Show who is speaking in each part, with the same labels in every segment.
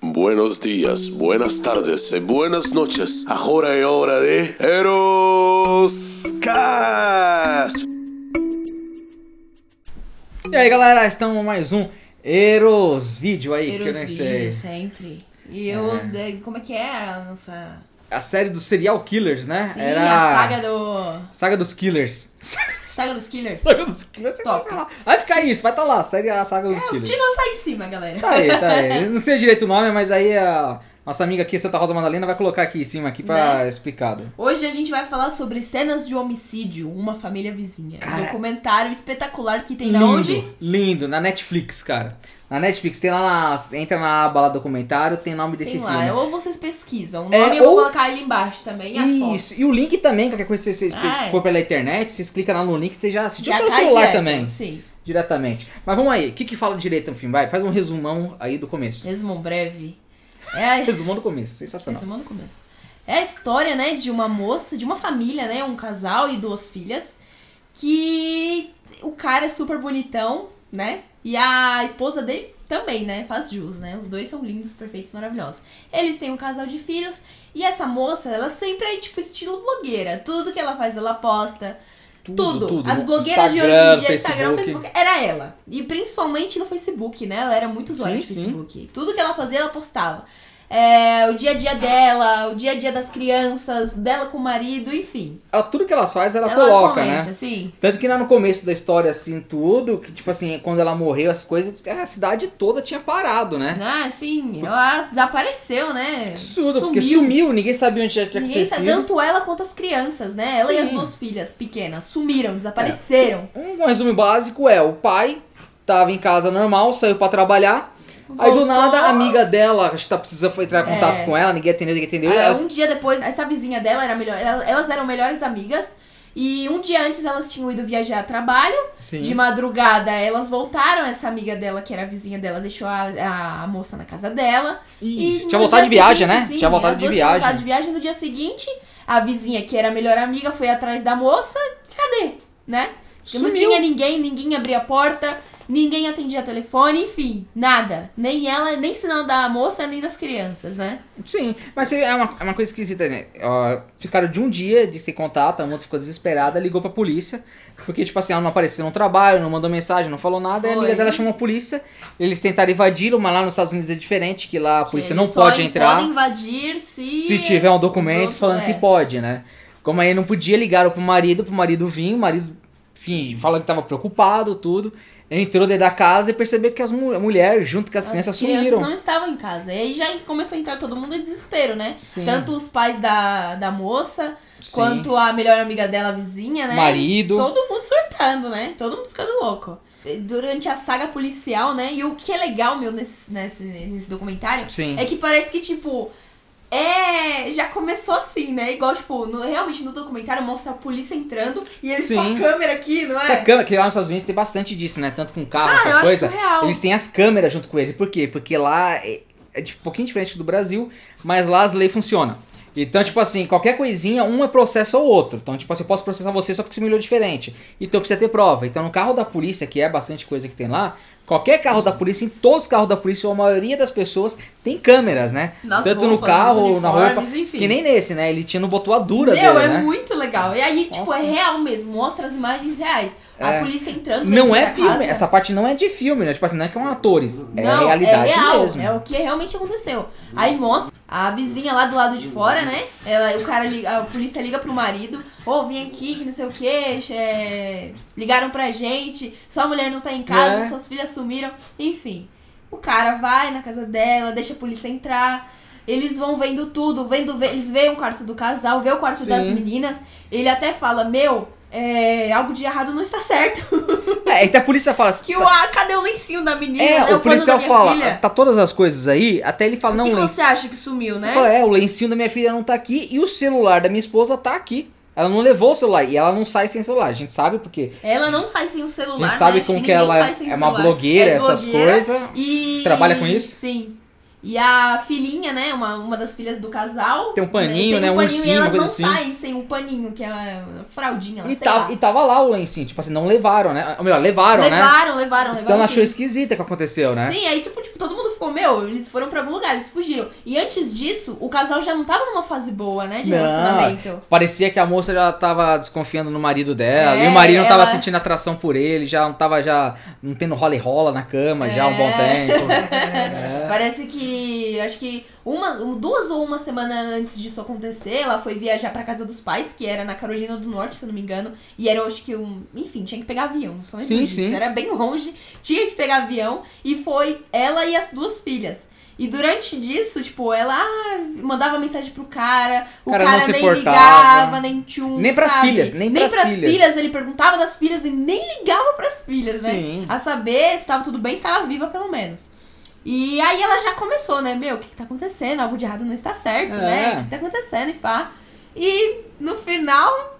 Speaker 1: buenos días, buenas tardes y buenas noches. Ahora es hora de Eroscast!
Speaker 2: E aí galera, estamos mais um Eros Vídeo aí, que eu nem sei.
Speaker 3: Erosvídeo sempre. E eu,
Speaker 2: É.
Speaker 3: de- como é que era a nossa...
Speaker 2: A série dos Serial Killers, né?
Speaker 3: Sim,
Speaker 2: Era
Speaker 3: a saga do...
Speaker 2: Saga dos Killers.
Speaker 3: Saga dos Killers.
Speaker 2: Saga dos Killers, sei lá,
Speaker 3: Top.
Speaker 2: sei lá. Vai ficar isso, vai estar tá lá, série a Saga dos
Speaker 3: É, o
Speaker 2: Killers.
Speaker 3: título tá em cima, galera.
Speaker 2: Tá aí, tá aí. Eu Não sei direito o nome, mas aí a nossa amiga aqui, Santa Rosa Madalena, vai colocar aqui em cima aqui pra
Speaker 3: Né?
Speaker 2: explicado.
Speaker 3: Hoje a gente vai falar sobre cenas de homicídio, uma família vizinha.
Speaker 2: Cara.
Speaker 3: Documentário espetacular que tem
Speaker 2: lindo,
Speaker 3: onde?
Speaker 2: lindo, na Netflix, cara. Na Netflix tem lá na. Entra na aba lá documentário, tem o nome desse
Speaker 3: Tem
Speaker 2: filme.
Speaker 3: lá, é ou vocês pesquisam. O
Speaker 2: É,
Speaker 3: nome eu vou
Speaker 2: ou-
Speaker 3: colocar ali embaixo também, e as fotos.
Speaker 2: Isso, e o link também, qualquer coisa que você você
Speaker 3: Ah, é.
Speaker 2: for pela internet, vocês clica lá no link, você já assistiu
Speaker 3: Já
Speaker 2: pelo
Speaker 3: cai
Speaker 2: celular
Speaker 3: direto,
Speaker 2: também,
Speaker 3: Sim.
Speaker 2: diretamente. Mas vamos aí, o que que fala direito no filme? Vai, faz um resumão aí do começo.
Speaker 3: Resumo um breve. É a
Speaker 2: Resumão do começo, sensacional.
Speaker 3: Resumando o começo. É a história, né, de uma moça, de uma família, né, um casal e duas filhas, que o cara é super bonitão, né, e a esposa dele também, né, faz jus, né, os dois são lindos, perfeitos, maravilhosos. Eles têm um casal de filhos e essa moça, ela sempre é, tipo, estilo blogueira. Tudo que ela faz, ela posta, tudo. As blogueiras de hoje em dia, Instagram, Facebook, era ela. E principalmente no Facebook, né? Ela era muito usuária
Speaker 2: Sim,
Speaker 3: de
Speaker 2: sim.
Speaker 3: Facebook. Tudo que ela fazia, ela postava. É, o dia a dia dela, o dia a dia das crianças, dela com o marido, enfim.
Speaker 2: Ela, tudo que ela faz, ela, coloca,
Speaker 3: comenta,
Speaker 2: né?
Speaker 3: sim.
Speaker 2: Tanto que lá no começo da história, assim, tudo, que tipo assim, quando ela morreu, as coisas, a cidade toda tinha parado, né?
Speaker 3: Ah, sim. Ela desapareceu, né?
Speaker 2: Absurdo, porque sumiu, ninguém sabia onde já tinha
Speaker 3: Ninguém sabe,
Speaker 2: acontecido.
Speaker 3: tanto ela quanto as crianças, né? Ela e as
Speaker 2: Sim. É.
Speaker 3: duas filhas pequenas sumiram, desapareceram.
Speaker 2: Um resumo básico é, o pai tava em casa normal, saiu pra trabalhar. Aí do
Speaker 3: Voltou.
Speaker 2: nada a amiga dela, acho que tá precisando entrar em
Speaker 3: É.
Speaker 2: contato com ela, ninguém atendeu, ninguém atendeu.
Speaker 3: É,
Speaker 2: ela-
Speaker 3: um dia depois, essa vizinha dela era melhor. ela- Elas eram melhores amigas. E um dia antes elas tinham ido viajar a trabalho.
Speaker 2: Sim.
Speaker 3: De madrugada elas voltaram. Essa amiga dela, que era a vizinha dela, deixou a, a moça na casa dela.
Speaker 2: Ih,
Speaker 3: E
Speaker 2: tinha
Speaker 3: no
Speaker 2: voltado de
Speaker 3: dia
Speaker 2: viagem,
Speaker 3: seguinte,
Speaker 2: né?
Speaker 3: sim,
Speaker 2: tinha voltado
Speaker 3: as
Speaker 2: de
Speaker 3: duas tinham voltado
Speaker 2: viagem.
Speaker 3: de viagem. No dia seguinte, a vizinha, que era a melhor amiga, foi atrás da moça. Cadê? Né? Porque não
Speaker 2: Sumiu.
Speaker 3: tinha ninguém, ninguém abria a porta, ninguém atendia telefone, enfim, nada. Nem ela, nem sinal da moça, nem das crianças, né?
Speaker 2: Sim, mas é uma, é uma coisa esquisita, né? Ó, ficaram de um dia de sem contato, a moça ficou desesperada, ligou pra polícia, porque, tipo assim, ela não apareceu no trabalho, não mandou mensagem, não falou nada, e a
Speaker 3: Foi.
Speaker 2: amiga dela chamou a polícia, eles tentaram invadir, mas lá nos Estados Unidos é diferente, que lá a polícia
Speaker 3: Eles
Speaker 2: não
Speaker 3: só
Speaker 2: pode entrar.
Speaker 3: Podem invadir se.
Speaker 2: se tiver um documento
Speaker 3: Doutor,
Speaker 2: falando
Speaker 3: é.
Speaker 2: que pode, né? Como aí não podia, ligaram pro marido, pro marido vir, o marido, enfim, falando que tava preocupado, tudo. Entrou dentro da casa e percebeu que as mu mulheres, junto com as, crianças, sumiram.
Speaker 3: não estavam em casa. E aí já começou a entrar todo mundo em desespero, né?
Speaker 2: Sim.
Speaker 3: Tanto os pais da, da moça,
Speaker 2: Sim.
Speaker 3: quanto a melhor amiga dela, a vizinha, né?
Speaker 2: marido.
Speaker 3: Todo mundo surtando, né? Todo mundo ficando louco. E Durante a saga policial, né? E o que é legal, meu, nesse, nesse, nesse documentário,
Speaker 2: Sim.
Speaker 3: é que parece que, tipo, é. Já começou assim, né? Igual, tipo, no- realmente no documentário mostra a polícia entrando e eles com
Speaker 2: Sim.
Speaker 3: a câmera aqui, não
Speaker 2: Essa
Speaker 3: é?
Speaker 2: câmera, que lá nos Estados Unidos tem bastante disso, né? Tanto com carro,
Speaker 3: Ah, eu
Speaker 2: essas
Speaker 3: acho
Speaker 2: coisas.
Speaker 3: surreal.
Speaker 2: Eles têm as câmeras junto com eles. Por quê? Porque lá é, é de- um pouquinho diferente do Brasil, mas lá as leis funcionam. Então, tipo assim, qualquer coisinha, um é processo ou outro. Então, tipo assim, eu posso processar você só porque você me olhou diferente. Então precisa ter prova. Então, no carro da polícia, que é bastante coisa que tem lá, qualquer carro da polícia, em todos os carros da polícia, ou a maioria das pessoas, tem câmeras, né?
Speaker 3: Nas
Speaker 2: Tanto no
Speaker 3: roupas,
Speaker 2: carro,
Speaker 3: nos
Speaker 2: na roupa,
Speaker 3: uniformes, enfim.
Speaker 2: Que nem nesse, né? Ele tinha no botuadura
Speaker 3: Meu,
Speaker 2: dele,
Speaker 3: é
Speaker 2: né?
Speaker 3: muito legal. E aí, tipo,
Speaker 2: Nossa.
Speaker 3: é real mesmo. Mostra as imagens reais.
Speaker 2: É.
Speaker 3: A polícia entrando dentro
Speaker 2: Não
Speaker 3: da
Speaker 2: é filme,
Speaker 3: casa.
Speaker 2: essa parte não é de filme, né? Tipo assim, não é que são atores, é
Speaker 3: Não,
Speaker 2: realidade
Speaker 3: é real,
Speaker 2: mesmo.
Speaker 3: é o que realmente aconteceu. Aí mostra a vizinha lá do lado de fora, né? Ela, o cara liga, a polícia liga pro marido, ô, vem aqui, que não sei o que, é... ligaram pra gente, sua mulher não tá em casa,
Speaker 2: É.
Speaker 3: suas filhas sumiram, enfim. O cara vai na casa dela, deixa a polícia entrar. Eles vão vendo tudo, vendo, vê- eles veem o quarto do casal, vê o quarto
Speaker 2: Sim.
Speaker 3: das meninas. Ele até fala, meu, é, algo de errado não está certo.
Speaker 2: É, então a polícia fala assim.
Speaker 3: Que o, ah, cadê o lencinho da menina?
Speaker 2: é,
Speaker 3: né?
Speaker 2: o
Speaker 3: pano
Speaker 2: policial
Speaker 3: da minha
Speaker 2: fala,
Speaker 3: filha?"
Speaker 2: tá todas as coisas aí, até ele fala,
Speaker 3: O
Speaker 2: não,
Speaker 3: que, que
Speaker 2: lenço.
Speaker 3: você acha que sumiu,
Speaker 2: Ele
Speaker 3: né?
Speaker 2: fala, é, o lencinho da minha filha não tá aqui e o celular da minha esposa tá aqui. Ela não levou o celular e ela não sai sem celular, a gente sabe porque.
Speaker 3: Ela não sai sem o
Speaker 2: A
Speaker 3: celular.
Speaker 2: gente sabe
Speaker 3: né? Acho
Speaker 2: como que
Speaker 3: ninguém
Speaker 2: ela
Speaker 3: sai sem
Speaker 2: é uma
Speaker 3: celular.
Speaker 2: blogueira,
Speaker 3: É
Speaker 2: essas
Speaker 3: blogueira
Speaker 2: coisas.
Speaker 3: E...
Speaker 2: Trabalha com isso?
Speaker 3: Sim. E a filhinha, né? Uma, uma das filhas do casal.
Speaker 2: Tem um paninho, né,
Speaker 3: Tem
Speaker 2: um
Speaker 3: um paninho
Speaker 2: ursinho,
Speaker 3: e elas
Speaker 2: coisa
Speaker 3: não
Speaker 2: assim.
Speaker 3: saem sem o paninho, que é a fraldinha, ela
Speaker 2: E,
Speaker 3: sei
Speaker 2: tá-
Speaker 3: lá.
Speaker 2: e tava lá o lencinho, tipo assim, não levaram, né? Ou melhor, levaram, né?
Speaker 3: levaram, levaram, levaram.
Speaker 2: Então ela achou
Speaker 3: sim.
Speaker 2: esquisita o que aconteceu, né?
Speaker 3: Sim, aí tipo, tipo, todo mundo ficou ficou, meu, eles foram pra algum lugar, eles fugiram. E antes disso, o casal já não tava numa fase boa, né, de
Speaker 2: Não,
Speaker 3: relacionamento.
Speaker 2: Parecia que a moça já tava desconfiando no marido dela.
Speaker 3: É,
Speaker 2: e o marido não tava
Speaker 3: ela-
Speaker 2: sentindo atração por ele. Já não tava já. Não tendo rola e rola na cama já há um bom
Speaker 3: É.
Speaker 2: tempo. É.
Speaker 3: Parece que, acho que uma, um, duas ou uma semana antes disso acontecer, ela foi viajar pra casa dos pais, que era na Carolina do Norte, se eu não me engano, e era, acho que, um, enfim, tinha que pegar avião, só lembro
Speaker 2: Sim,
Speaker 3: disso,
Speaker 2: sim.
Speaker 3: era bem longe, tinha que pegar avião, e foi ela e as duas filhas. E durante disso, tipo, ela ah, mandava mensagem pro cara, o
Speaker 2: Cara,
Speaker 3: cara,
Speaker 2: não se
Speaker 3: nem
Speaker 2: portava.
Speaker 3: ligava, nem tchum,
Speaker 2: Nem pras
Speaker 3: sabe?
Speaker 2: filhas, nem pras filhas.
Speaker 3: ele perguntava das filhas e nem ligava pras filhas, né?
Speaker 2: Sim.
Speaker 3: A saber se tava tudo bem, se tava viva pelo menos. E aí ela já começou, né? Meu, o que, que tá acontecendo? Algo de errado não está certo,
Speaker 2: É.
Speaker 3: né? O que, que tá acontecendo e pá. E no final,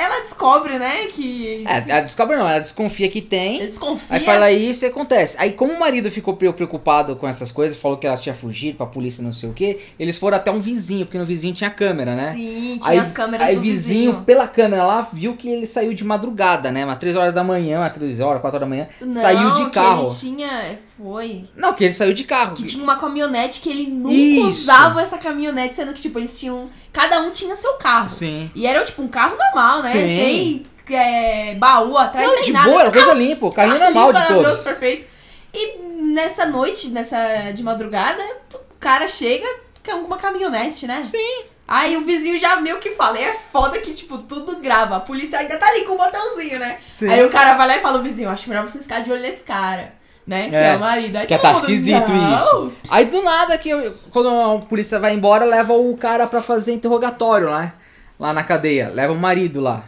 Speaker 3: ela descobre, né? Que.
Speaker 2: É, ela descobre não, ela desconfia que tem.
Speaker 3: Ela desconfia.
Speaker 2: Aí fala isso e acontece. Aí, como o marido ficou pre- preocupado com essas coisas, falou que ela tinha fugido pra polícia, não sei o que, eles foram até um vizinho, porque no vizinho tinha câmera, né?
Speaker 3: Sim, tinha
Speaker 2: Aí-
Speaker 3: as câmeras
Speaker 2: Aí
Speaker 3: do
Speaker 2: vizinho,
Speaker 3: vizinho.
Speaker 2: pela câmera lá, viu que ele saiu de madrugada, né? Umas 3 horas da manhã, umas 3 horas, 4 horas da manhã.
Speaker 3: Não,
Speaker 2: saiu
Speaker 3: que
Speaker 2: de
Speaker 3: ele
Speaker 2: carro.
Speaker 3: tinha. é, Foi.
Speaker 2: Não, que ele saiu de carro.
Speaker 3: Que tinha uma caminhonete que ele nunca
Speaker 2: Isso.
Speaker 3: usava essa caminhonete, sendo que, tipo, eles tinham. Cada um tinha seu carro.
Speaker 2: Sim.
Speaker 3: E era tipo um carro normal, né?
Speaker 2: Sim.
Speaker 3: Sem é, baú atrás,
Speaker 2: Não,
Speaker 3: sem
Speaker 2: de
Speaker 3: nada.
Speaker 2: boa, era coisa limpa, o
Speaker 3: Tá
Speaker 2: carrinho normal de
Speaker 3: Maravilhoso,
Speaker 2: todos.
Speaker 3: perfeito. E nessa noite, nessa de madrugada, o cara chega com uma caminhonete, né?
Speaker 2: Sim.
Speaker 3: Aí o vizinho já meio que fala, e é foda que, tipo, tudo grava. A polícia ainda tá ali com o botãozinho, né?
Speaker 2: Sim.
Speaker 3: Aí o cara vai lá e fala, vizinho, acho melhor você ficar de olho nesse cara, né? Que
Speaker 2: É,
Speaker 3: é o marido. Aí
Speaker 2: que
Speaker 3: todo
Speaker 2: tá
Speaker 3: mundo,
Speaker 2: esquisito
Speaker 3: "Não,
Speaker 2: isso." Aí do nada que eu- quando a polícia vai embora, leva o cara pra fazer interrogatório, né? Lá na cadeia, leva o marido lá.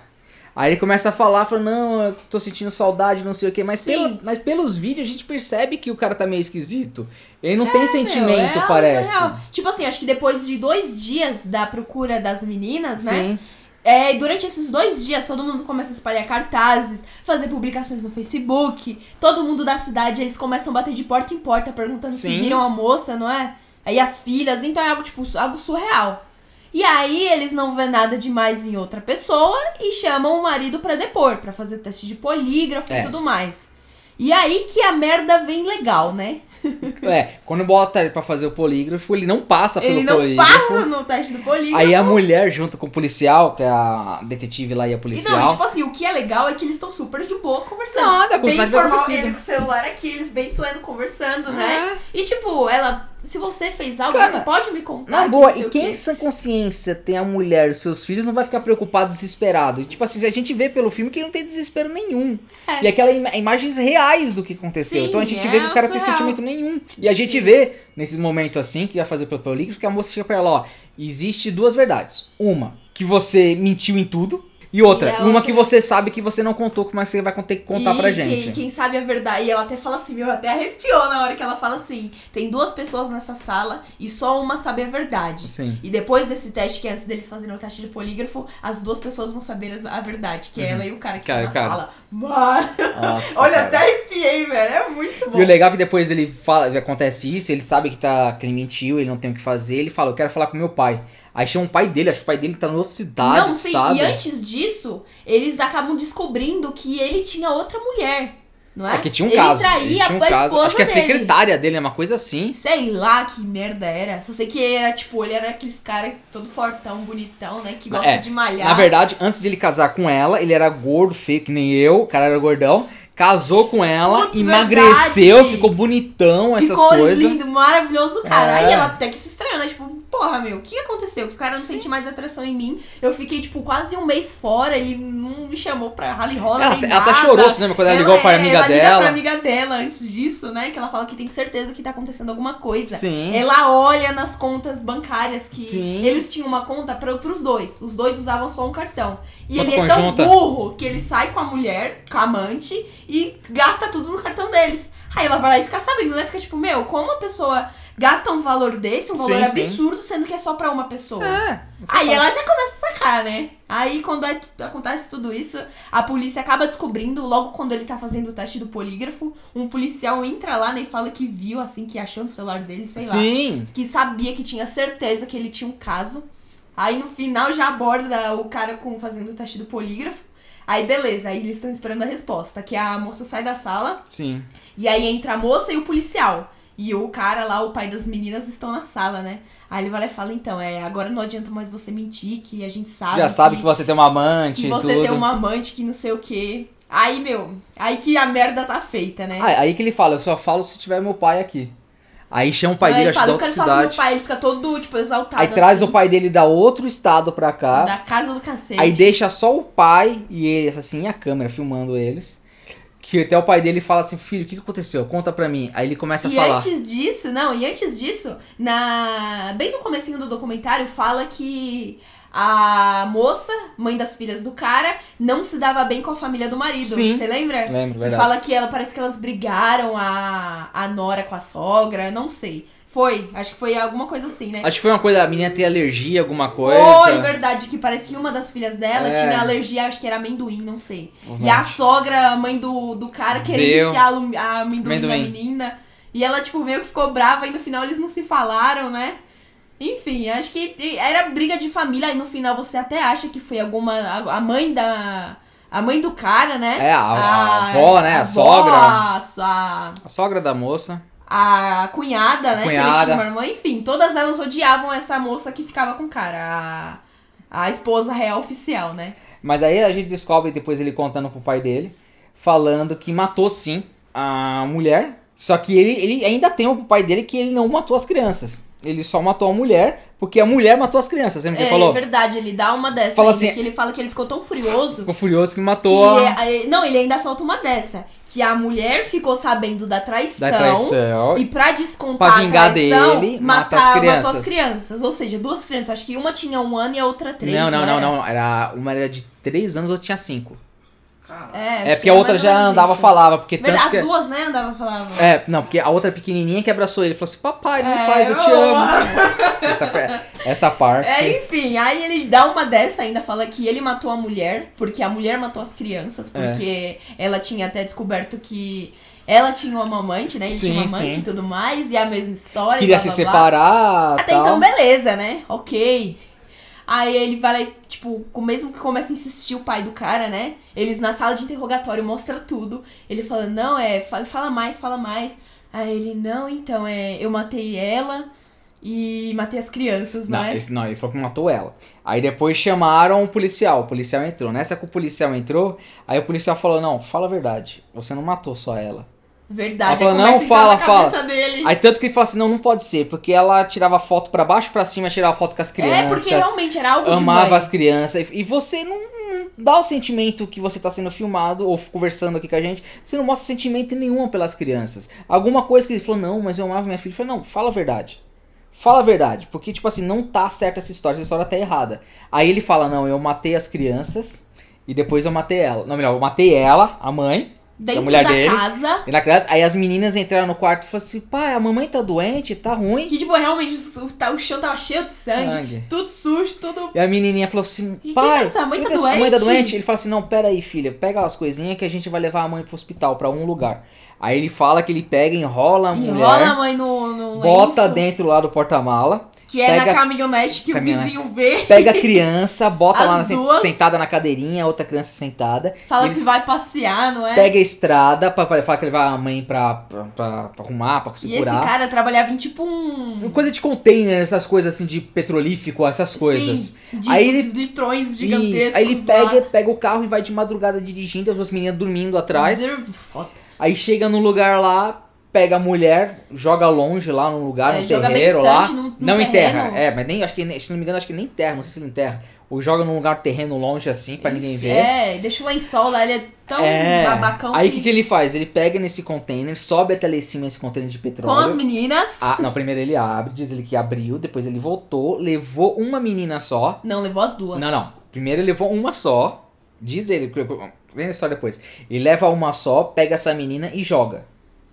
Speaker 2: Aí ele começa a falar, fala, não, eu tô sentindo saudade, não sei o quê, mas,
Speaker 3: Sim.
Speaker 2: pela- mas pelos vídeos a gente percebe que o cara tá meio esquisito. Ele não tem
Speaker 3: Meu,
Speaker 2: sentimento,
Speaker 3: é
Speaker 2: parece.
Speaker 3: surreal. Tipo assim, acho que depois de dois dias da procura das meninas, né?
Speaker 2: Sim.
Speaker 3: É, e durante esses dois dias, todo mundo começa a espalhar cartazes, fazer publicações no Facebook. Todo mundo da cidade, eles começam a bater de porta em porta, perguntando se
Speaker 2: Sim.
Speaker 3: viram a moça, não é? Aí as filhas, então é algo, tipo, su- algo surreal. E aí eles não vê nada demais em outra pessoa e chamam o marido pra depor, pra fazer teste de polígrafo
Speaker 2: É.
Speaker 3: e tudo mais. E aí que a merda vem legal, né?
Speaker 2: É, quando bota ele pra fazer o polígrafo, ele não passa pelo
Speaker 3: Ele não
Speaker 2: polígrafo.
Speaker 3: passa no teste do polígrafo.
Speaker 2: Aí a mulher, junto com o policial, que é a detetive lá e a
Speaker 3: E
Speaker 2: policial.
Speaker 3: não, e tipo assim, o que é legal é que eles estão super de boa conversando.
Speaker 2: Nada, com
Speaker 3: bem
Speaker 2: nada
Speaker 3: formal,
Speaker 2: acontecido.
Speaker 3: ele com o celular aqui, eles bem pleno conversando, né?
Speaker 2: É.
Speaker 3: E tipo, ela, se você fez algo,
Speaker 2: Cara,
Speaker 3: você pode me contar.
Speaker 2: Na
Speaker 3: que
Speaker 2: boa,
Speaker 3: não sei
Speaker 2: e
Speaker 3: o
Speaker 2: quem em
Speaker 3: quê.
Speaker 2: sã consciência tem a mulher e os seus filhos não vai ficar preocupado, desesperado. E, tipo assim, a gente vê pelo filme que ele não tem desespero nenhum.
Speaker 3: É.
Speaker 2: E aquelas ima- imagens reais do que aconteceu.
Speaker 3: Sim,
Speaker 2: então a gente
Speaker 3: é
Speaker 2: vê que o cara não tem
Speaker 3: surreal.
Speaker 2: sentimento nenhum. E a gente
Speaker 3: Sim.
Speaker 2: vê, nesse momento assim, que vai fazer o polígrafo, que a moça chega pra ela, ó, existe duas verdades. Uma, que você mentiu em tudo. E outra,
Speaker 3: E a
Speaker 2: uma
Speaker 3: outra-
Speaker 2: que você sabe que você não contou, mas você vai ter que contar
Speaker 3: e
Speaker 2: pra
Speaker 3: quem-
Speaker 2: gente.
Speaker 3: Quem, sabe a verdade. E ela até fala assim, meu, até arrepiou na hora que ela fala assim: tem duas pessoas nessa sala e só uma sabe a verdade.
Speaker 2: Sim.
Speaker 3: E depois desse teste, que é antes deles fazerem o teste de polígrafo, as duas pessoas vão saber as- a verdade, que é
Speaker 2: Uhum.
Speaker 3: ela e o cara que
Speaker 2: Cara,
Speaker 3: tá na
Speaker 2: cara.
Speaker 3: sala. Mano,
Speaker 2: Nossa, Ah,
Speaker 3: olha,
Speaker 2: cara.
Speaker 3: até arrepiei, velho. É muito bom.
Speaker 2: E o legal é que depois ele fala, acontece isso, ele sabe que tá que ele mentiu, ele não tem o que fazer, ele fala, eu quero falar com meu pai. Aí chama o pai dele, acho que o pai dele tá em outra cidade,
Speaker 3: Não, sim,
Speaker 2: estado.
Speaker 3: e antes disso, eles acabam descobrindo que ele tinha outra mulher, não é?
Speaker 2: É que tinha um
Speaker 3: ele
Speaker 2: caso.
Speaker 3: traía
Speaker 2: ele tinha um
Speaker 3: a
Speaker 2: caso.
Speaker 3: esposa
Speaker 2: Acho que a
Speaker 3: dele.
Speaker 2: secretária dele é uma coisa assim.
Speaker 3: Sei lá que merda era. Só sei que era, tipo, ele era aqueles cara todo fortão, bonitão, né? Que gosta
Speaker 2: É,
Speaker 3: de malhar.
Speaker 2: Na verdade, antes de ele casar com ela, ele era gordo, feio que nem eu, o cara era gordão. Casou com ela,
Speaker 3: Putz,
Speaker 2: emagreceu,
Speaker 3: verdade.
Speaker 2: ficou bonitão, essas
Speaker 3: Ficou
Speaker 2: coisas.
Speaker 3: lindo, maravilhoso, cara.
Speaker 2: É.
Speaker 3: Aí ela até que se estranhou, né? Tipo, porra, meu, o que aconteceu? Que o cara não sente mais atração em mim. Eu fiquei, tipo, quase um mês fora. Ele não me chamou pra rally rola
Speaker 2: Ela,
Speaker 3: nem
Speaker 2: ela até
Speaker 3: nada.
Speaker 2: chorou, você lembra quando ela, ligou pra
Speaker 3: é,
Speaker 2: amiga
Speaker 3: ela
Speaker 2: dela?
Speaker 3: Liga pra amiga dela antes disso, né? Que ela fala que tem certeza que tá acontecendo alguma coisa.
Speaker 2: Sim.
Speaker 3: Ela olha nas contas bancárias que
Speaker 2: Sim.
Speaker 3: eles tinham uma conta para pros dois. Os dois usavam só um cartão. E
Speaker 2: Conta
Speaker 3: ele é tão
Speaker 2: conjunta.
Speaker 3: burro que ele sai com a mulher, com a amante, e gasta tudo no cartão deles. Aí ela vai lá e fica sabendo, né? Fica tipo, meu, como a pessoa gasta um valor desse, um valor
Speaker 2: Sim, sim.
Speaker 3: absurdo, sendo que é só pra uma pessoa.
Speaker 2: É,
Speaker 3: Aí ela já começa a sacar, né? Aí quando é- acontece tudo isso, a polícia acaba descobrindo, logo quando ele tá fazendo o teste do polígrafo, um policial entra lá né, e fala que viu, assim, que achou no celular dele, sei lá.
Speaker 2: Sim.
Speaker 3: Que sabia, que tinha certeza que ele tinha um caso. Aí no final já aborda o cara com fazendo o teste do polígrafo. Aí beleza, aí eles estão esperando a resposta, que a moça sai da sala
Speaker 2: Sim.
Speaker 3: e aí entra a moça e o policial. E o cara lá, o pai das meninas, estão na sala, né? Aí ele vai lá e fala, então, é, agora não adianta mais você mentir, que a gente sabe.
Speaker 2: Já sabe que você tem uma amante
Speaker 3: que
Speaker 2: e
Speaker 3: você
Speaker 2: tudo.
Speaker 3: tem uma amante que não sei o quê. Aí, meu, aí que a merda tá feita, né?
Speaker 2: Ah, aí que ele fala, eu só falo se tiver meu pai aqui. Aí chama o pai
Speaker 3: Aí
Speaker 2: dele, acho
Speaker 3: ele
Speaker 2: que
Speaker 3: fala,
Speaker 2: da
Speaker 3: eu
Speaker 2: outra
Speaker 3: quero falar com meu
Speaker 2: cidade.
Speaker 3: pai, ele fica todo, tipo, exaltado.
Speaker 2: Aí traz
Speaker 3: assim,
Speaker 2: o pai dele da outro estado pra cá.
Speaker 3: Da casa do cacete.
Speaker 2: Aí deixa só o pai e ele, assim, a câmera filmando eles. Que até o pai dele fala assim, filho, o que que aconteceu? Conta pra mim. Aí ele começa a
Speaker 3: E
Speaker 2: falar.
Speaker 3: antes disso, não, e antes disso, na bem no comecinho do documentário fala que a moça, mãe das filhas do cara, não se dava bem com a família do marido.
Speaker 2: Sim.
Speaker 3: Você
Speaker 2: Lembra,
Speaker 3: lembra? Que
Speaker 2: Hum, verdade.
Speaker 3: fala que ela parece que elas brigaram a, a Nora com a sogra, eu não sei. Foi, acho que foi alguma coisa assim, né?
Speaker 2: Acho que foi uma coisa, a menina ter alergia, alguma coisa.
Speaker 3: Foi, verdade, que parece que uma das filhas dela
Speaker 2: É.
Speaker 3: tinha alergia, acho que era amendoim, não sei.
Speaker 2: Uhum.
Speaker 3: E a sogra, a mãe do, do cara, querendo
Speaker 2: Deu.
Speaker 3: enfiar a alum- a amendoim, na
Speaker 2: Amendoim.
Speaker 3: menina. E ela, tipo, meio que ficou brava e no final eles não se falaram, né? Enfim, acho que e- era briga de família e no final você até acha que foi alguma. A, a mãe da. A mãe do cara, né?
Speaker 2: É, a, a avó, né? A,
Speaker 3: avó,
Speaker 2: sogra.
Speaker 3: A, a,
Speaker 2: A sogra da moça.
Speaker 3: a cunhada, né? Que ele
Speaker 2: Cunhada.
Speaker 3: tinha uma irmã. Enfim, todas elas odiavam essa moça que ficava com o cara. A, a esposa real oficial, né?
Speaker 2: Mas aí a gente descobre depois ele contando pro pai dele, falando que matou sim a mulher. Só que ele, ele ainda tem o pai dele que ele não matou as crianças. Ele só matou a mulher, porque a mulher matou as crianças. Lembra que
Speaker 3: É,
Speaker 2: ele falou?
Speaker 3: verdade, ele dá uma dessa.
Speaker 2: Fala
Speaker 3: ainda,
Speaker 2: assim-
Speaker 3: que ele fala que ele ficou tão furioso.
Speaker 2: Ficou furioso que
Speaker 3: Que,
Speaker 2: matou a...
Speaker 3: é, é, não, ele ainda solta uma dessa. Que a mulher ficou sabendo da traição.
Speaker 2: da traição.
Speaker 3: E pra descontar
Speaker 2: Pra vingar
Speaker 3: a traição,
Speaker 2: dele, mata as
Speaker 3: matar,
Speaker 2: crianças.
Speaker 3: matou as crianças. Ou seja, duas crianças. Acho que uma tinha um ano e a outra três.
Speaker 2: não, não, não,
Speaker 3: era?
Speaker 2: não. Era uma era de 3 anos, outra tinha 5.
Speaker 3: É, acho
Speaker 2: É
Speaker 3: que
Speaker 2: porque a
Speaker 3: era
Speaker 2: outra
Speaker 3: mais ou
Speaker 2: já
Speaker 3: menos
Speaker 2: andava,
Speaker 3: isso.
Speaker 2: falava, porque
Speaker 3: Verdade,
Speaker 2: tanto que
Speaker 3: as duas, né, andava falava.
Speaker 2: É, não, porque a outra pequenininha que abraçou ele falou assim: Papai, não
Speaker 3: É,
Speaker 2: faz, eu te
Speaker 3: eu
Speaker 2: amo.
Speaker 3: amo.
Speaker 2: Essa, essa parte.
Speaker 3: É, enfim, aí ele dá uma dessa ainda, fala que ele matou a mulher, porque a mulher matou as crianças,
Speaker 2: É.
Speaker 3: porque ela tinha até descoberto que ela tinha uma amante, né? Ele tinha uma
Speaker 2: Sim,
Speaker 3: amante
Speaker 2: sim.
Speaker 3: e tudo mais, e é a mesma história.
Speaker 2: queria
Speaker 3: blá,
Speaker 2: se
Speaker 3: blá, blá.
Speaker 2: separar.
Speaker 3: Até
Speaker 2: tal.
Speaker 3: então, beleza, né? Ok. Aí ele vai lá e, tipo, com- mesmo que comece a insistir o pai do cara, né? Eles na sala de interrogatório mostra tudo. Ele fala, não, é, fa- fala mais, fala mais. Aí ele, não, então, é, eu matei ela e matei as crianças,
Speaker 2: Não,
Speaker 3: né?
Speaker 2: esse- não, ele falou que matou ela. Aí depois chamaram o policial, o policial entrou. Nessa que o policial entrou, aí o policial falou: Não, fala a verdade, você não matou só ela.
Speaker 3: Verdade,
Speaker 2: Ela falou,
Speaker 3: aí começa
Speaker 2: não,
Speaker 3: a entrar
Speaker 2: fala,
Speaker 3: na
Speaker 2: fala.
Speaker 3: cabeça dele.
Speaker 2: Aí tanto que ele falou assim: Não, não pode ser, porque ela tirava foto pra baixo, pra cima, tirava foto com as
Speaker 3: é,
Speaker 2: crianças.
Speaker 3: porque realmente era algo de
Speaker 2: amava
Speaker 3: mãe.
Speaker 2: as crianças. E e você não, não dá o sentimento que você tá sendo filmado ou conversando aqui com a gente. Você não mostra sentimento nenhum pelas crianças. Alguma coisa que ele falou, não, mas eu amava minha filha. Eu falei, não, fala a verdade. Fala a verdade. Porque, tipo assim, não tá certa essa história. Essa história tá errada. Aí ele fala, não, eu matei as crianças e depois eu matei ela. Não, melhor, eu matei ela, a mãe.
Speaker 3: Dentro
Speaker 2: da mulher dele.
Speaker 3: casa.
Speaker 2: E na criança, aí as meninas entraram no quarto e falaram assim, pai, a mamãe tá doente, tá ruim.
Speaker 3: Que, tipo, realmente o, o, tá- o chão tava cheio de sangue. Tudo sujo, tudo...
Speaker 2: E a menininha falou assim,
Speaker 3: E
Speaker 2: pai,
Speaker 3: quem tá- a mãe tá
Speaker 2: quem que é essa- a mãe tá
Speaker 3: doente?
Speaker 2: doente? Ele fala assim, não, pera aí, filha, pega as coisinhas que a gente vai levar a mãe pro hospital, pra um lugar. Aí ele fala que ele pega, enrola a é mulher,
Speaker 3: Enrola a mãe é no, no
Speaker 2: bota
Speaker 3: lenço,
Speaker 2: dentro lá do porta-mala,
Speaker 3: Que é
Speaker 2: pega
Speaker 3: na
Speaker 2: as-
Speaker 3: caminhonete que
Speaker 2: Caminhonete.
Speaker 3: o vizinho vê.
Speaker 2: pega a criança, bota lá
Speaker 3: As
Speaker 2: na-
Speaker 3: duas.
Speaker 2: sentada na cadeirinha, a outra criança sentada,
Speaker 3: Fala
Speaker 2: Eles-
Speaker 3: que vai passear, não é?
Speaker 2: pega a estrada, pra, pra- fala que ele vai a mãe pra, pra, pra- pra arrumar, pra
Speaker 3: e esse
Speaker 2: segurar.
Speaker 3: cara trabalhava em tipo um...
Speaker 2: Coisa de container, essas coisas assim, de petrolífico, essas coisas.
Speaker 3: Sim, de,
Speaker 2: Aí ele-
Speaker 3: de trões
Speaker 2: Isso.
Speaker 3: gigantescos
Speaker 2: Aí ele
Speaker 3: lá.
Speaker 2: pega, pega o carro e vai de madrugada dirigindo, as duas meninas dormindo atrás.
Speaker 3: Foda.
Speaker 2: Aí chega no lugar lá, pega a mulher, joga longe lá no lugar,
Speaker 3: É,
Speaker 2: no
Speaker 3: joga bem
Speaker 2: terreiro lá.
Speaker 3: distante, num- num
Speaker 2: não enterra.
Speaker 3: terreno.
Speaker 2: É, mas nem acho que nem- se não me engano, acho que nem enterra, não sei se ele enterra. Ou joga num lugar terreno longe assim, pra ninguém ver.
Speaker 3: É, deixa o lençol lá, ele é tão
Speaker 2: É.
Speaker 3: babacão
Speaker 2: Aí o que, que ele faz? Ele pega nesse container, sobe até lá em cima esse container de
Speaker 3: Com as
Speaker 2: petróleo.
Speaker 3: meninas...
Speaker 2: Ah, não, primeiro ele abre, diz ele que abriu, depois ele voltou, levou uma menina só.
Speaker 3: Não, levou as duas.
Speaker 2: Não, não. Primeiro ele levou uma só. Diz ele, porque- vem só depois. Ele leva uma só, pega essa menina e joga.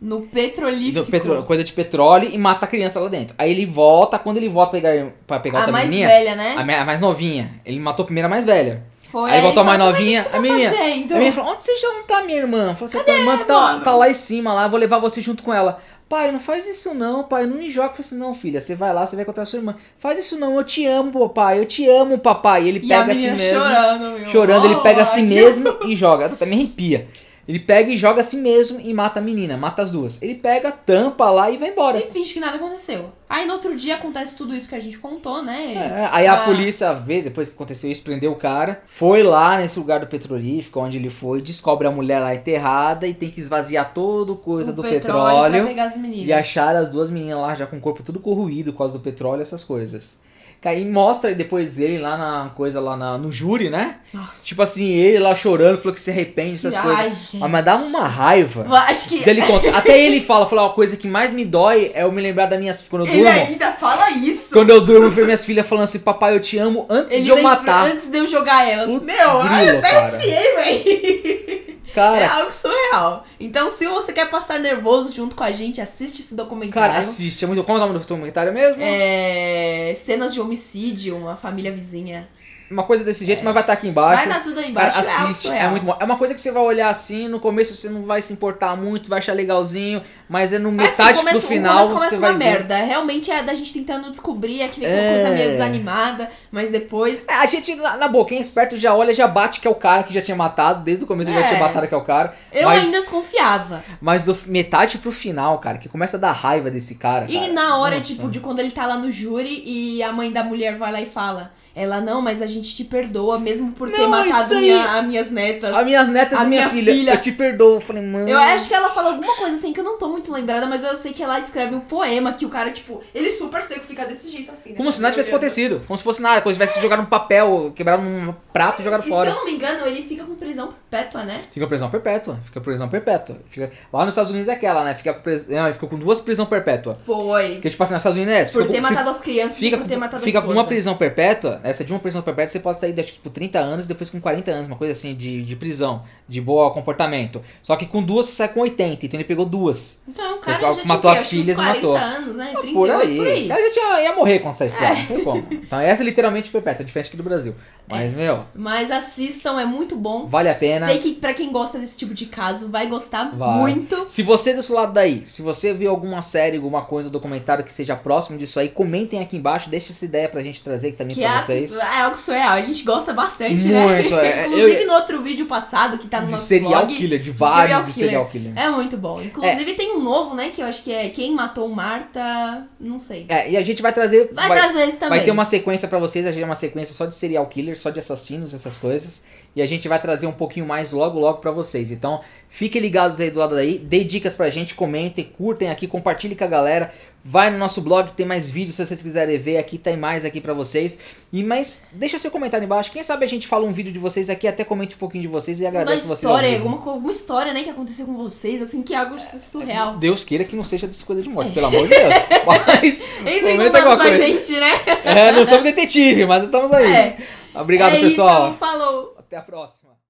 Speaker 3: No
Speaker 2: E do
Speaker 3: petrolífico.
Speaker 2: petro- coisa de petróleo e mata a criança lá dentro. Aí ele volta, quando ele volta pra pegar, pra pegar
Speaker 3: a
Speaker 2: outra
Speaker 3: mais
Speaker 2: menininha,
Speaker 3: velha, né?
Speaker 2: a, me- a mais novinha. Ele matou primeiro a mais velha.
Speaker 3: Foi.
Speaker 2: aí
Speaker 3: ele
Speaker 2: voltou a mais
Speaker 3: falou,
Speaker 2: novinha, a menina.
Speaker 3: tá fazendo?
Speaker 2: A menina falou: Onde você já não tá, minha irmã? Falou assim: Tua irmã tá,
Speaker 3: mano?"
Speaker 2: tá lá em cima, lá, vou levar você junto com ela. Pai, não faz isso não, pai, não me joga. Eu Falei assim: Não, filha, você vai lá, você vai encontrar sua irmã. Faz isso não, eu te amo, papai, eu te amo, papai. E ele
Speaker 3: E a
Speaker 2: pega
Speaker 3: menina
Speaker 2: assim mesmo
Speaker 3: chorando, meu.
Speaker 2: chorando, ele
Speaker 3: Oh,
Speaker 2: pega assim a si
Speaker 3: ódio.
Speaker 2: mesmo e joga. Até me arrepia. Ele pega e joga assim mesmo e mata a menina, mata as duas. Ele pega, tampa lá e vai embora.
Speaker 3: E finge que nada aconteceu. Aí no outro dia acontece tudo isso que a gente contou, né?
Speaker 2: É, aí a
Speaker 3: Ah.
Speaker 2: polícia vê, depois que aconteceu isso, prendeu o cara, foi lá nesse lugar do petrolífico, onde ele foi, descobre a mulher lá enterrada e tem que esvaziar toda a coisa
Speaker 3: o
Speaker 2: do
Speaker 3: pra
Speaker 2: petróleo
Speaker 3: pegar as meninas.
Speaker 2: e achar as duas meninas lá já com o corpo tudo corroído por causa do petróleo, essas coisas. Aí mostra depois ele lá na coisa lá na- no júri, né?
Speaker 3: Nossa,
Speaker 2: Tipo assim, ele lá chorando, falou que se arrepende, essas coisas.
Speaker 3: Ai, gente.
Speaker 2: Ah, mas dá uma raiva.
Speaker 3: Eu Acho que
Speaker 2: Dele conta. Até ele fala, fala, "Ó, a coisa que mais me dói é eu me lembrar das minhas. Quando eu
Speaker 3: ele é
Speaker 2: durmo.
Speaker 3: ainda fala isso.
Speaker 2: Quando eu durmo, eu vejo minhas filhas falando assim, papai, eu te amo antes
Speaker 3: Ele
Speaker 2: de eu
Speaker 3: lembra-
Speaker 2: matar.
Speaker 3: antes de eu jogar ela.
Speaker 2: Putz,
Speaker 3: Meu, ai, eu
Speaker 2: grilo,
Speaker 3: até
Speaker 2: cara.
Speaker 3: arrepiei, velho. É
Speaker 2: Cara,
Speaker 3: algo surreal. Então, se você quer passar nervoso junto com a gente, assiste esse documentário.
Speaker 2: cara, assiste. É muito. Como é o nome do documentário mesmo?
Speaker 3: É, cenas de homicídio, uma família vizinha.
Speaker 2: Uma coisa desse jeito, mas vai estar aqui embaixo.
Speaker 3: Vai dar tudo aí
Speaker 2: Cara,
Speaker 3: embaixo. é algo
Speaker 2: assiste, é,
Speaker 3: surreal.
Speaker 2: muito bom. É uma coisa que você vai olhar assim, no começo você não vai se importar muito, vai achar legalzinho, mas é no
Speaker 3: Mas,
Speaker 2: metade
Speaker 3: assim, começa,
Speaker 2: do
Speaker 3: o
Speaker 2: final
Speaker 3: começo começa
Speaker 2: você
Speaker 3: uma
Speaker 2: vai ver.
Speaker 3: merda. Realmente é da gente tentando descobrir, é que vem
Speaker 2: É.
Speaker 3: aquela coisa meio desanimada, mas depois.
Speaker 2: É, A gente, na, na boa, quem é esperto já olha, já bate que é o cara que já tinha matado, desde o começo ele já
Speaker 3: É.
Speaker 2: tinha matado que é o cara.
Speaker 3: Eu
Speaker 2: Mas-
Speaker 3: ainda desconfiava.
Speaker 2: Mas do metade pro final, cara, que começa a dar raiva desse cara.
Speaker 3: E
Speaker 2: cara.
Speaker 3: na hora,
Speaker 2: É Nossa.
Speaker 3: tipo, de quando ele tá lá no júri e a mãe da mulher vai lá e fala: Ela, não, mas a gente te perdoa, mesmo por ter
Speaker 2: Não,
Speaker 3: matado
Speaker 2: isso aí-
Speaker 3: minha- as minhas netas.
Speaker 2: As minhas netas
Speaker 3: A
Speaker 2: e minha,
Speaker 3: minha
Speaker 2: filha,
Speaker 3: filha.
Speaker 2: eu te perdoo. Eu falei, mano.
Speaker 3: Eu acho que ela fala alguma coisa assim que eu não tô muito lembrada, mas eu sei que ela escreve um poema que o cara, tipo, ele super seco fica desse jeito assim, né?
Speaker 2: Como se nada tivesse
Speaker 3: Olhando.
Speaker 2: acontecido. Como se fosse nada. Como se tivesse jogado um papel, quebrado um prato e jogado
Speaker 3: E se
Speaker 2: fora.
Speaker 3: eu não me engano, ele fica com prisão perpétua, né?
Speaker 2: Fica prisão perpétua. Fica prisão perpétua. Fica... Lá nos Estados Unidos é aquela, né? Fica, pres... não, ele ficou com duas prisão perpétua.
Speaker 3: Foi.
Speaker 2: Porque, tipo assim, nos Estados Unidos é. essa.
Speaker 3: Por
Speaker 2: Ficou
Speaker 3: ter
Speaker 2: com-
Speaker 3: matado as crianças,
Speaker 2: Fica,
Speaker 3: por ter matado
Speaker 2: fica
Speaker 3: a
Speaker 2: com
Speaker 3: esposa.
Speaker 2: uma prisão perpétua, essa de uma prisão perpétua você pode sair daqui tipo 30 anos, depois com 40 anos, uma coisa assim de, de prisão, de bom comportamento. Só que com duas você sai com 80, então ele pegou duas.
Speaker 3: Então o cara
Speaker 2: Porque
Speaker 3: já
Speaker 2: matou
Speaker 3: tinha
Speaker 2: as
Speaker 3: acho que uns
Speaker 2: filhas e
Speaker 3: 40
Speaker 2: matou. Tá
Speaker 3: anos, né? 38,
Speaker 2: por aí.
Speaker 3: por aí.
Speaker 2: Eu já tinha, ia morrer com essa história, não tem como. Então essa é literalmente perpétua, diferente que do Brasil. Mas, meu,
Speaker 3: Mas assistam, é muito bom.
Speaker 2: vale a pena.
Speaker 3: Sei que pra quem gosta desse tipo de caso, vai gostar
Speaker 2: É Vai.
Speaker 3: muito.
Speaker 2: Se você é desse lado daí, se você viu alguma série, alguma coisa, documentário que seja próximo disso aí, comentem aqui embaixo, deixa essa ideia pra gente trazer aqui também
Speaker 3: Que
Speaker 2: pra
Speaker 3: é,
Speaker 2: vocês.
Speaker 3: é algo surreal, a gente gosta bastante,
Speaker 2: Muito,
Speaker 3: né?
Speaker 2: é.
Speaker 3: Inclusive
Speaker 2: Eu-
Speaker 3: no outro vídeo passado que tá no
Speaker 2: de
Speaker 3: nosso
Speaker 2: serial
Speaker 3: blog,
Speaker 2: killer, de
Speaker 3: de
Speaker 2: vários
Speaker 3: serial
Speaker 2: de serial killer.
Speaker 3: É muito bom. Inclusive tem um novo, né? Que eu acho que é Quem Matou Marta. Não sei.
Speaker 2: É, e a gente vai trazer.
Speaker 3: Vai, trazer esse também.
Speaker 2: vai ter uma sequência pra vocês, a gente é uma sequência só de serial killer, só de assassinos, essas coisas. E a gente vai trazer um pouquinho mais logo, logo pra vocês. Então, fiquem ligados aí do lado daí, dê dicas pra gente, comentem, curtem aqui, compartilhem com a galera. Vai no nosso blog, tem mais vídeos se vocês quiserem ver aqui, tem mais aqui pra vocês. E mas deixa seu comentário embaixo. Quem sabe a gente fala um vídeo de vocês aqui, até comente um pouquinho de vocês e
Speaker 3: uma
Speaker 2: agradeço vocês. ao
Speaker 3: história,
Speaker 2: vivo.
Speaker 3: alguma, co- alguma história, né, que aconteceu com vocês, assim, que é algo su- surreal.
Speaker 2: Deus queira que não seja dessa coisa de morte, pelo amor de Deus. Mas,
Speaker 3: Entre em
Speaker 2: comenta
Speaker 3: contato
Speaker 2: alguma
Speaker 3: com a
Speaker 2: coisa.
Speaker 3: gente, né?
Speaker 2: é, não somos detetive, mas estamos aí.
Speaker 3: É.
Speaker 2: Obrigado,
Speaker 3: é
Speaker 2: pessoal.
Speaker 3: Isso, falou.
Speaker 2: Até a próxima.